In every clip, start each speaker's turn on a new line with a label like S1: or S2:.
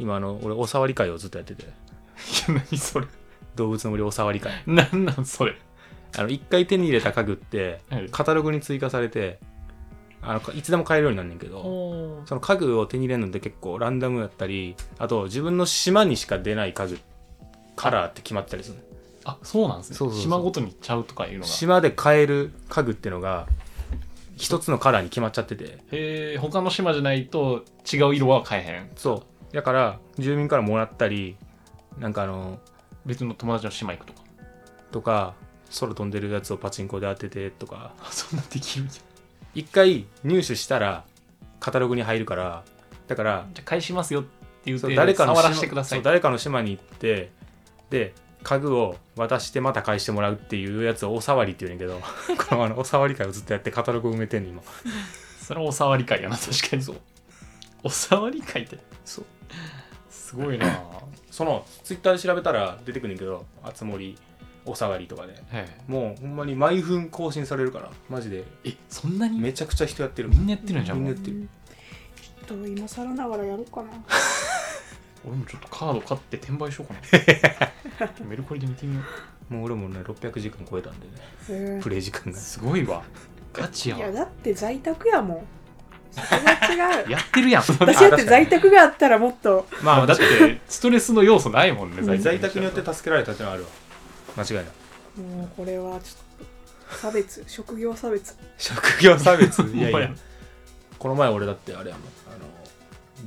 S1: 今あの俺おさわり会をずっとやってて
S2: いや、何それ。
S1: 動物の森おさわり会
S2: なんなんそれ。
S1: あの一回手に入れた家具って
S2: はい
S1: カタログに追加されてあのいつでも買えるようになんねんけど
S2: お
S1: その家具を手に入れるのって結構ランダムだったりあと自分の島にしか出ない家具カラーって決まってたりするの
S2: あ、そうなんですね。
S1: そうそうそう
S2: 島ごとにちゃうとかいうのが。
S1: 島で買える家具ってのが一つのカラーに決まっちゃってて
S2: へえ、他の島じゃないと違う色は変えへん。
S1: そうだから住民からもらったりなんかあの
S2: 別の友達の島行く とか。
S1: とか空飛んでるやつをパチンコで当ててとか
S2: あそんなできるんやじ
S1: 一回入手したらカタログに入るからだから
S2: ゃあ返しますよって言う
S1: そう
S2: て、
S1: 誰かの
S2: 触
S1: 島
S2: らせてくださ
S1: そ。
S2: いう
S1: 誰かの島に行ってで家具を渡してまた返してもらうっていうやつをおさわりって言うねんけど このあのおさわり会をずっとやってカタログを埋めてんの今
S2: それはお触り会やな、確かに。そう。お触り会って。
S1: そう。
S2: すごい なぁ。
S1: そのツイッターで調べたら出てくるんだけど「あつ森おさわり」とかで
S2: へえ
S1: もうほんまに毎分更新されるからマジで
S2: え、そんなに
S1: めちゃくちゃ人やってる
S2: みんなやってるんじゃん。
S1: みんな
S2: もう
S1: やってる
S3: ちょっと今更ながらやろうかな。
S2: 俺もちょっとカード買って転売しようか な。メルカリで見てみよう。
S1: もう俺もね600時間超えたんでね
S3: え
S1: プレイ時間が
S2: すごいわ。ガチ
S3: ー
S2: や
S3: い
S2: わ
S3: や。だって在宅やもん。そこ が違う。
S2: やっ てるやん。
S3: 私だって在宅があったらもっと
S2: まあだってストレスの要素ないもんね
S3: うん
S1: 在宅によって
S2: た
S1: 助けられたってのはあるわ間違いない
S3: もうこれはちょっと差別職業差別
S1: 職業差別いやい
S2: ほんまや
S1: やこの前俺だってあれやもんあの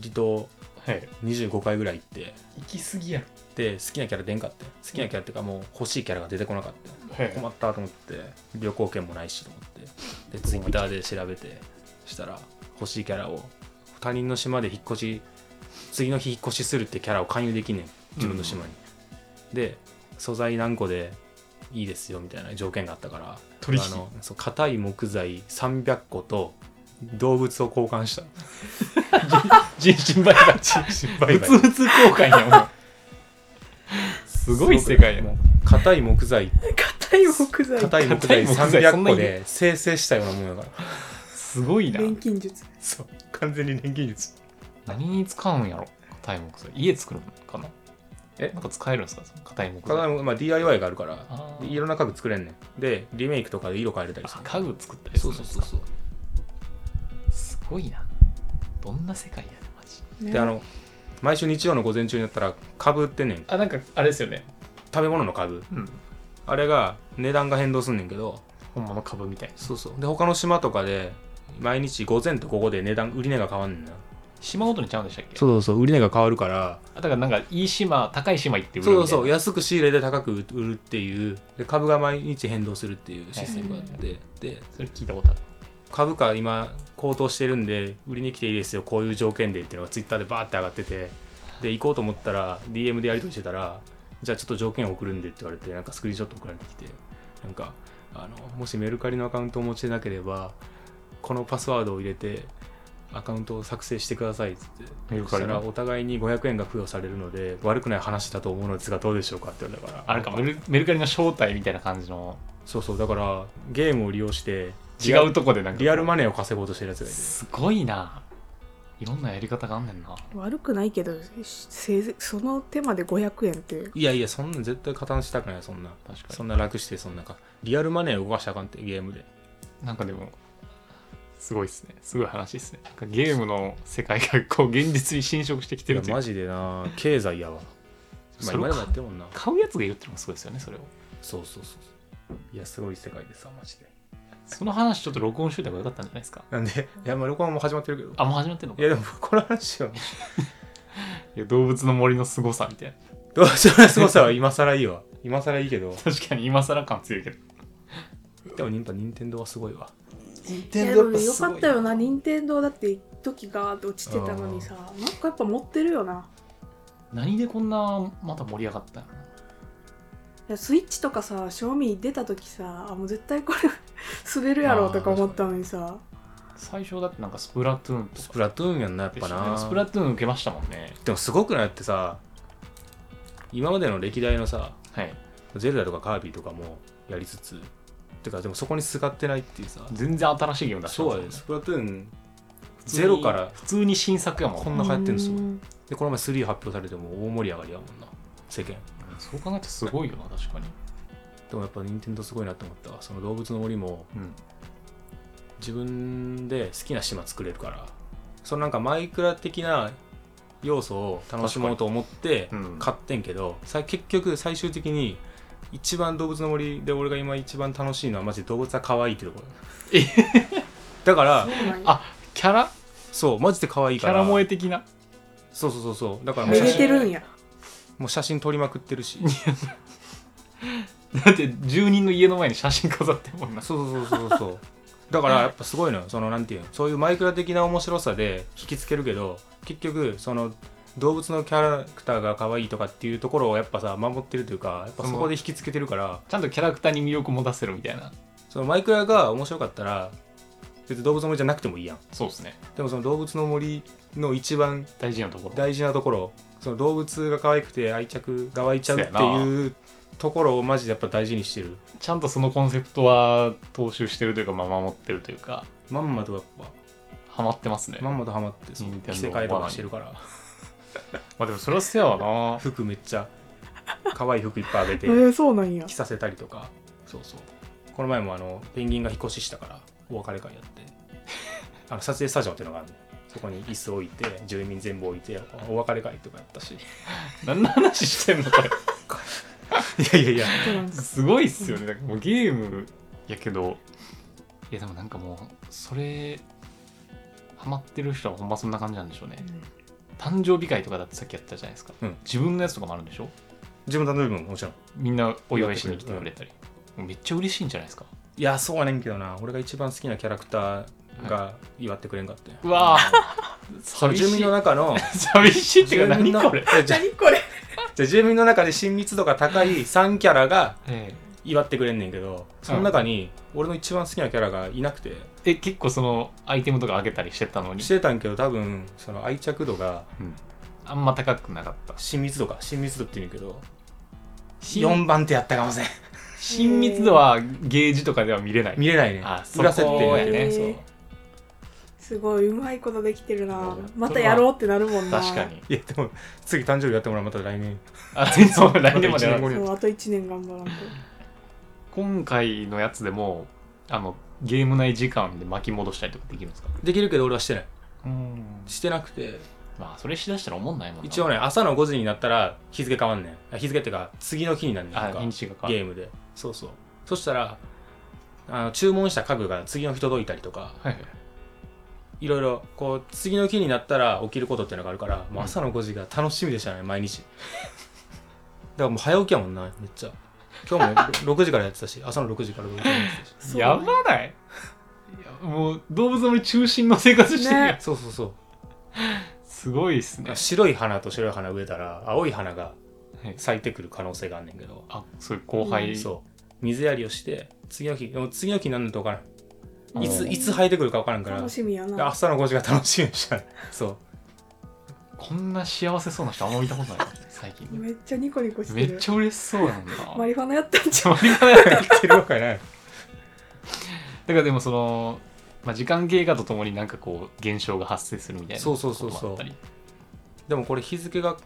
S1: 離島
S2: はい
S1: 25回ぐらい行って
S2: 行き過ぎや
S1: で好きなキャラ出んかって好きなキャラっていうかもう欲しいキャラが出てこなかった
S2: はい
S1: 困ったと思って旅行券もないしと思ってでツイッターで調べてしたら欲しいキャラを他人の島で引っ越し次の日引っ越しするってキャラを勧誘できんねん自分の島に、で素材何個でいいですよみたいな条件があったから
S2: 取引
S1: あのそう硬い木材300個と動物を交換した
S2: 人身売買
S1: 失
S2: うつうつ交換やもんすごい世界やな
S1: 硬い木材
S3: 硬い木材
S1: 硬い木材
S2: 硬い木材そん
S1: 300
S2: な
S1: 個
S2: に
S1: で生成したようなもんだから
S2: すごいな
S3: 錬金術
S1: そう完全に錬金術
S2: 何に使うんやろ硬い木材家作るのかな
S1: え
S2: なんか使えるんですかその硬い木
S1: ただ
S2: 材
S1: まあ、DIY があるから
S2: あー
S1: いろんな家具作れんねんでリメイクとかで色変えれたりす
S2: あ
S1: る
S2: 家具作ったりするんですか
S1: そう
S2: すごいなどんな世界やねマジ
S3: ね
S1: であの毎週日曜の午前中になったら株売ってんねん
S2: あなんかあれですよね
S1: 食べ物の株
S2: うん
S1: あれが値段が変動すんねんけど
S2: 本物株みたいな
S1: そうそうで他の島とかで毎日午前と午後で値段売り値が変わんねんな
S2: 島ごとにちゃうんでしたっけ
S1: そうそうそう売り値が変わるから
S2: あだからなんかいい島高い島行って売る
S1: そ
S2: み
S1: う
S2: たい
S1: そ
S2: な
S1: うそう安く仕入れで高く売るっていうで株が毎日変動するっていうシステムがあってで
S2: それ聞いたことある
S1: 株価今高騰してるんで売りに来ていいですよこういう条件でっていうのがツイッターでバーって上がっててで行こうと思ったら DM でやり取りしてたらじゃあちょっと条件送るんでって言われてなんかスクリーンショット送られてきてなんかあのもしメルカリのアカウントをお持ちでなければこのパスワードを入れてアカウントを作成してくださいっつって
S2: メル
S1: そし
S2: カリ
S1: たら
S2: の
S1: お互いに500円が付与されるので悪くない話だと思うのですがどうでしょうかって言われたから
S2: あれかメルメルカリの正体みたいな感じの
S1: そうそうだからゲームを利用して
S2: 違うとこでなんか
S1: リアルマネーを稼ごうとしてるやつがいる
S2: すごいないろんなやり方があんねんな
S3: 悪くないけどせいぜいその手まで500円って
S1: いやいや、そんなん絶対加担したくない、そんな。
S2: 確か
S1: そんな楽して、そんなか。リアルマネーを動かしたらあかんって、ゲームで。
S2: になんかでもすごいっすねすごい話ですねなんかゲームの世界がこう現実に侵食してきて
S1: い
S2: る
S1: や、
S2: という
S1: マジでな、経済 やわ。ま
S2: そ
S1: あ、
S2: れ
S1: 今
S2: を
S1: でもやってるもんな。
S2: 買うやつがいるってのもすごいですよねそれを
S1: そうそうそう。いや、すごい世界でさ、マジで。
S2: その話ちょっと録音しといた方がよかったんじゃないですか
S1: なんで、いや、まあ、録音も始まってるけど。
S2: あもう始まってんのか
S1: いや、でも、この話は、
S2: いや動物の森の凄さみたいな
S1: どうしようもない凄さは今更いいわ。今更いいけど。
S2: 確かに今更感強いけど
S1: でも、やっぱ任天堂はすごいわ。
S2: 任
S3: いやでもよかったよな任天堂だって一時ガーッと落ちてたのにさなんかやっぱ持ってるよな
S2: 何でこんなまた盛り上がったの
S3: いやスイッチとかさ賞味出た時さあもう絶対これ 滑るやろうとか思ったのにさ
S2: 最初だってなんかスプラトゥーンと
S1: ス
S2: か
S1: プラトゥーンやんな、やっ
S2: で
S1: ぱ
S2: したね
S1: な。
S2: スプラトゥーン受けましたもんね
S1: でも、すごくないってさ、今までの歴代のさ、
S2: はい
S1: ゼルダとかカービィとかもやりつつ、てか、でもそこにすがってないっていうさ、
S2: 全然新しいゲーム出して
S1: そうやで
S2: ますもんね
S1: スプラトゥーンゼロから
S2: 普通に新作やもん
S1: こんな流行ってんですよ
S3: う
S1: でこの前3発表されても大盛り上がりやもんな世間
S2: そう考えたらすごいよな確かに
S1: でもやっぱ任天堂すごいなと思ったわその動物の森も
S2: うん
S1: 自分で好きな島作れるからそのなんかマイクラ的な要素を楽しもうと思って
S2: 確かにうん
S1: 買ってんけど、さ結局最終的に一番動物の森で俺が今一番楽しいのはマジで動物は可愛いってところ
S2: え
S1: だから
S3: あ
S2: あキャラ
S1: そうマジで可愛い
S2: キ
S1: か
S2: ャ
S1: ら
S2: ラ萌え的な
S1: そうそうそうそうだからもう
S3: め
S1: 写
S3: で
S1: 真
S3: てるんや
S1: もう写真撮りまくってるし
S2: だって住人の家の前に写真飾ってるもんな
S1: そうそうそうそうそうだからやっぱすごいのよそのなんていうのそういうマイクラ的な面白さで引きつけるけど結局その動物のキャラクターが可愛いとかっていうところをやっぱさ守ってるというかやっぱそこで引きつけてるから
S2: ちゃんとキャラクターに魅力も出せるみたいな
S1: そのマイクラが面白かったら別に動物の森じゃなくてもいいやん
S2: そうですね
S1: でもその動物の森の一番
S2: 大事なところ
S1: 大事なところその動物が可愛くて愛着が湧いちゃうっていうところをマジでやっぱ大事にしてる
S2: ちゃんとそのコンセプトは踏襲してるというか、まあ、守ってるというか
S1: まんまとやっぱ
S2: ハマってますね、
S1: ま
S2: ま
S1: んまとハマってその
S2: 任天
S1: 着
S2: 堂
S1: せ替えとかしてるから
S2: あでもそれはせやわな
S1: 服めっちゃ可愛い服いっぱいあげ
S3: え
S1: て
S3: ー、そうなんや
S1: 着させたりとかそうそうこの前もあのペンギンが引っ越ししたからお別れ会やってあの撮影スタジオっていうのがあるのそこに椅子置いて住民全部置いてお別れ会とかやったし い
S2: 何の話してんのこれ
S1: やいやいや
S3: そうなんです
S2: すごいっすよねなんかもうゲームやけどいやでもなんかもうそれハマってる人はほんまそんな感じなんでしょうね誕生日会とかだってさっきやったじゃないですか、
S1: うん
S2: 自分のやつとかもあるんでしょ
S1: 自分の誕生日ももちろん
S2: みんなお祝いしに来てくれたり、もうめっちゃ嬉しいんじゃないですか
S1: いやそうはねんけどな俺が一番好きなキャラクターが祝ってくれんかったよ
S2: うわぁ
S1: その
S2: 寂し
S1: 住民
S2: い
S1: の中 の
S2: 寂しいって
S1: 住
S2: いうか
S1: 民
S2: 何
S1: の
S2: これ、
S1: えじゃ
S3: 何これ
S1: じゃ住民の中で親密度が高い3キャラが
S2: え
S1: 祝ってくれんねんけどその中に俺の一番好きなキャラがいなくて、
S2: え結構そのアイテムとかあげたりしてたのに
S1: してたんけど多分その愛着度が
S2: あんま高くなかった
S1: 親密度か親密度って言うんやけど
S2: 親
S1: 4番手やったかもしれん
S2: 親密度はゲージとかでは見れない
S1: 見れないね
S2: あそこ
S1: 裏設定
S2: や
S3: ね
S1: そう
S3: すごいうまいことできてるな
S2: そう
S3: またやろうってなるもんな
S2: 確かに
S1: いやでも次誕生日やってもらうまた来年
S2: あ でも来年
S1: ま
S2: まで
S1: た一
S2: や
S1: 年後
S2: る
S1: に
S3: そうあと1年頑張らんと
S2: 今回のやつでもあのゲーム内時間で巻き戻したりとかできるんですか
S1: できるけど俺はしてない
S2: うん
S1: してなくて
S2: まあそれしだしたらおもんないもんな
S1: 一応ね朝の5時になったら日付変わんねんあ日付ってか次の日になんねんな
S2: あ
S1: んか
S2: 日にちが変
S1: ゲ
S2: わる
S1: ームでそうそうそしたらあの注文した家具が次の日届いたりとか
S2: はいはい
S1: いろいろこう次の日になったら起きることっていうのがあるからもう朝の5時が楽しみでしたね毎日だからもう早起きやもんなめっちゃ今日もろ6時からやってたし 朝の6時から6時からやってたし
S3: そう
S2: やばないいやもう動物の森中心の生活してるやん、
S3: ね
S1: そうそうそう
S2: すごいっすね
S1: 白い花と白い花植えたら青い花が
S2: はい
S1: 咲いてくる可能性があんねんけど、
S2: あそういう後輩、
S1: そう水やりをして次の日でも次の日になんのと分から
S2: うん
S1: んいついつ生えてくるか分からんから
S3: 楽しみや
S1: で
S3: な
S1: 朝の5時が楽しみでしたね そう
S2: こんな幸せそうな人あんま見たことないな最近
S3: めっちゃニコニコして
S2: め
S3: る
S2: っちゃ嬉しそうなんだ
S3: マリファナやったんじ
S2: ちゃ盛り上がらないだか
S1: やってるわけない
S2: らでもその、まあ、時間経過とともになんかこう現象が発生するみたいな
S1: そうそうそうそう
S2: こともあったり
S1: でもこれ日付が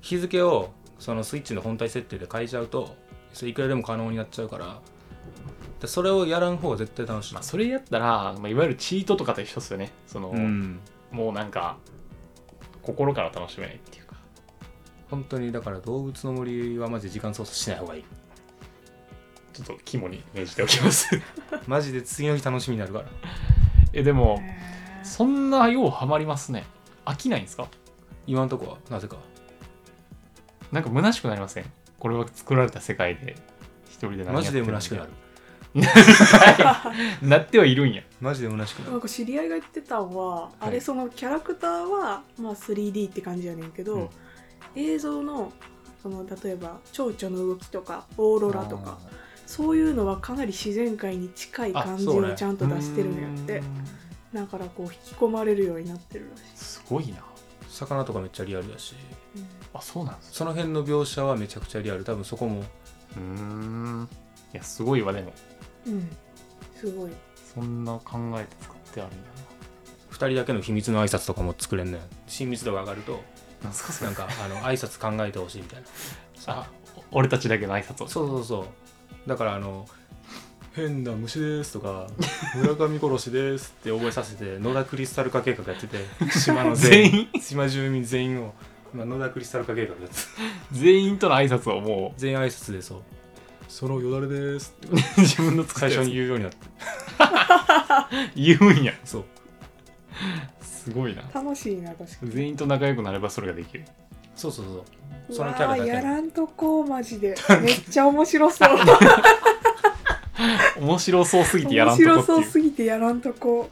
S1: 日付をそのスイッチの本体設定で変えちゃうとそれいくらでも可能になっちゃうからでそれをやらん方が絶対楽しい、
S2: まあ、それやったら、まあ、いわゆるチートとかと一緒ですよねその、
S1: うん
S2: もうなんか心から楽しめないっていうか
S1: 本当にだから動物の森はマジで時間操作しない 方がいい
S2: ちょっと肝に銘じておきます
S1: マジで次の日楽しみになるから
S2: えで
S3: ゃ
S2: も
S3: んへ
S2: そんなようハマりますね飽きないんですか
S1: 今んとこはなぜか
S2: なんか虚しくなりませんこれは作られた世界で一人で何や
S1: マ
S2: って
S1: ジ
S2: る
S1: で
S2: んだ
S1: 虚しくなる
S2: なってはいるんや
S1: マジで虚しく
S3: ー
S1: な
S3: な
S1: る
S3: んか知り合いが言ってたんは、あ
S2: は
S3: れ
S2: い
S3: そのキャラクターは、まあ、3D って感じやねんけど、
S2: うん
S3: 映像のその例えば蝶々の動きとかオーロラとかそういうのはかなり自然界に近い感じ
S1: あそうね
S3: をちゃんと出してるんやって、
S2: うーん
S3: だからこう引き込まれるようになってるらし
S2: すごいな
S1: 魚とかめっちゃリアルだし
S3: い、
S2: あそうなんです
S1: その辺の描写はめちゃくちゃリアル多分そこも
S2: うーんいやすごいわでも
S3: うんすごい
S2: そんな考えて作ってあるんだ
S1: 2人だけの秘密の挨拶とかも作れんねん親密度が上がると
S2: なんすかそ
S1: な
S2: れ
S1: んかあの挨拶考えてほしいみたいな
S2: あ俺たちだけの挨拶を
S1: そうそうそうだからあの「変な虫です」とか「村上殺しです」って覚えさせて野 田クリスタル化計画やってて島の全員
S2: 全員
S1: 島住民全員を、まあ、野田クリスタル化計画やってて
S2: 全員との挨拶をも
S1: 全員挨拶でそう「そのよだれです」って
S2: う自分の使
S1: 最
S2: い
S1: 初
S2: 方
S1: に
S2: に
S1: 言うようになって
S2: 言うんや
S1: そう
S2: すごいな
S3: 楽しいな確かに
S2: 全員と仲良くなればそれができる
S1: そうそうそうそのキャラ
S3: わあ
S1: だけ
S3: や
S1: や
S3: らんとこマジでめっちゃ面白そう
S2: 面白そうすぎてやら
S3: 面
S2: んとこ
S3: 白
S2: って
S3: そう
S2: いう
S3: すぎてやらんとこ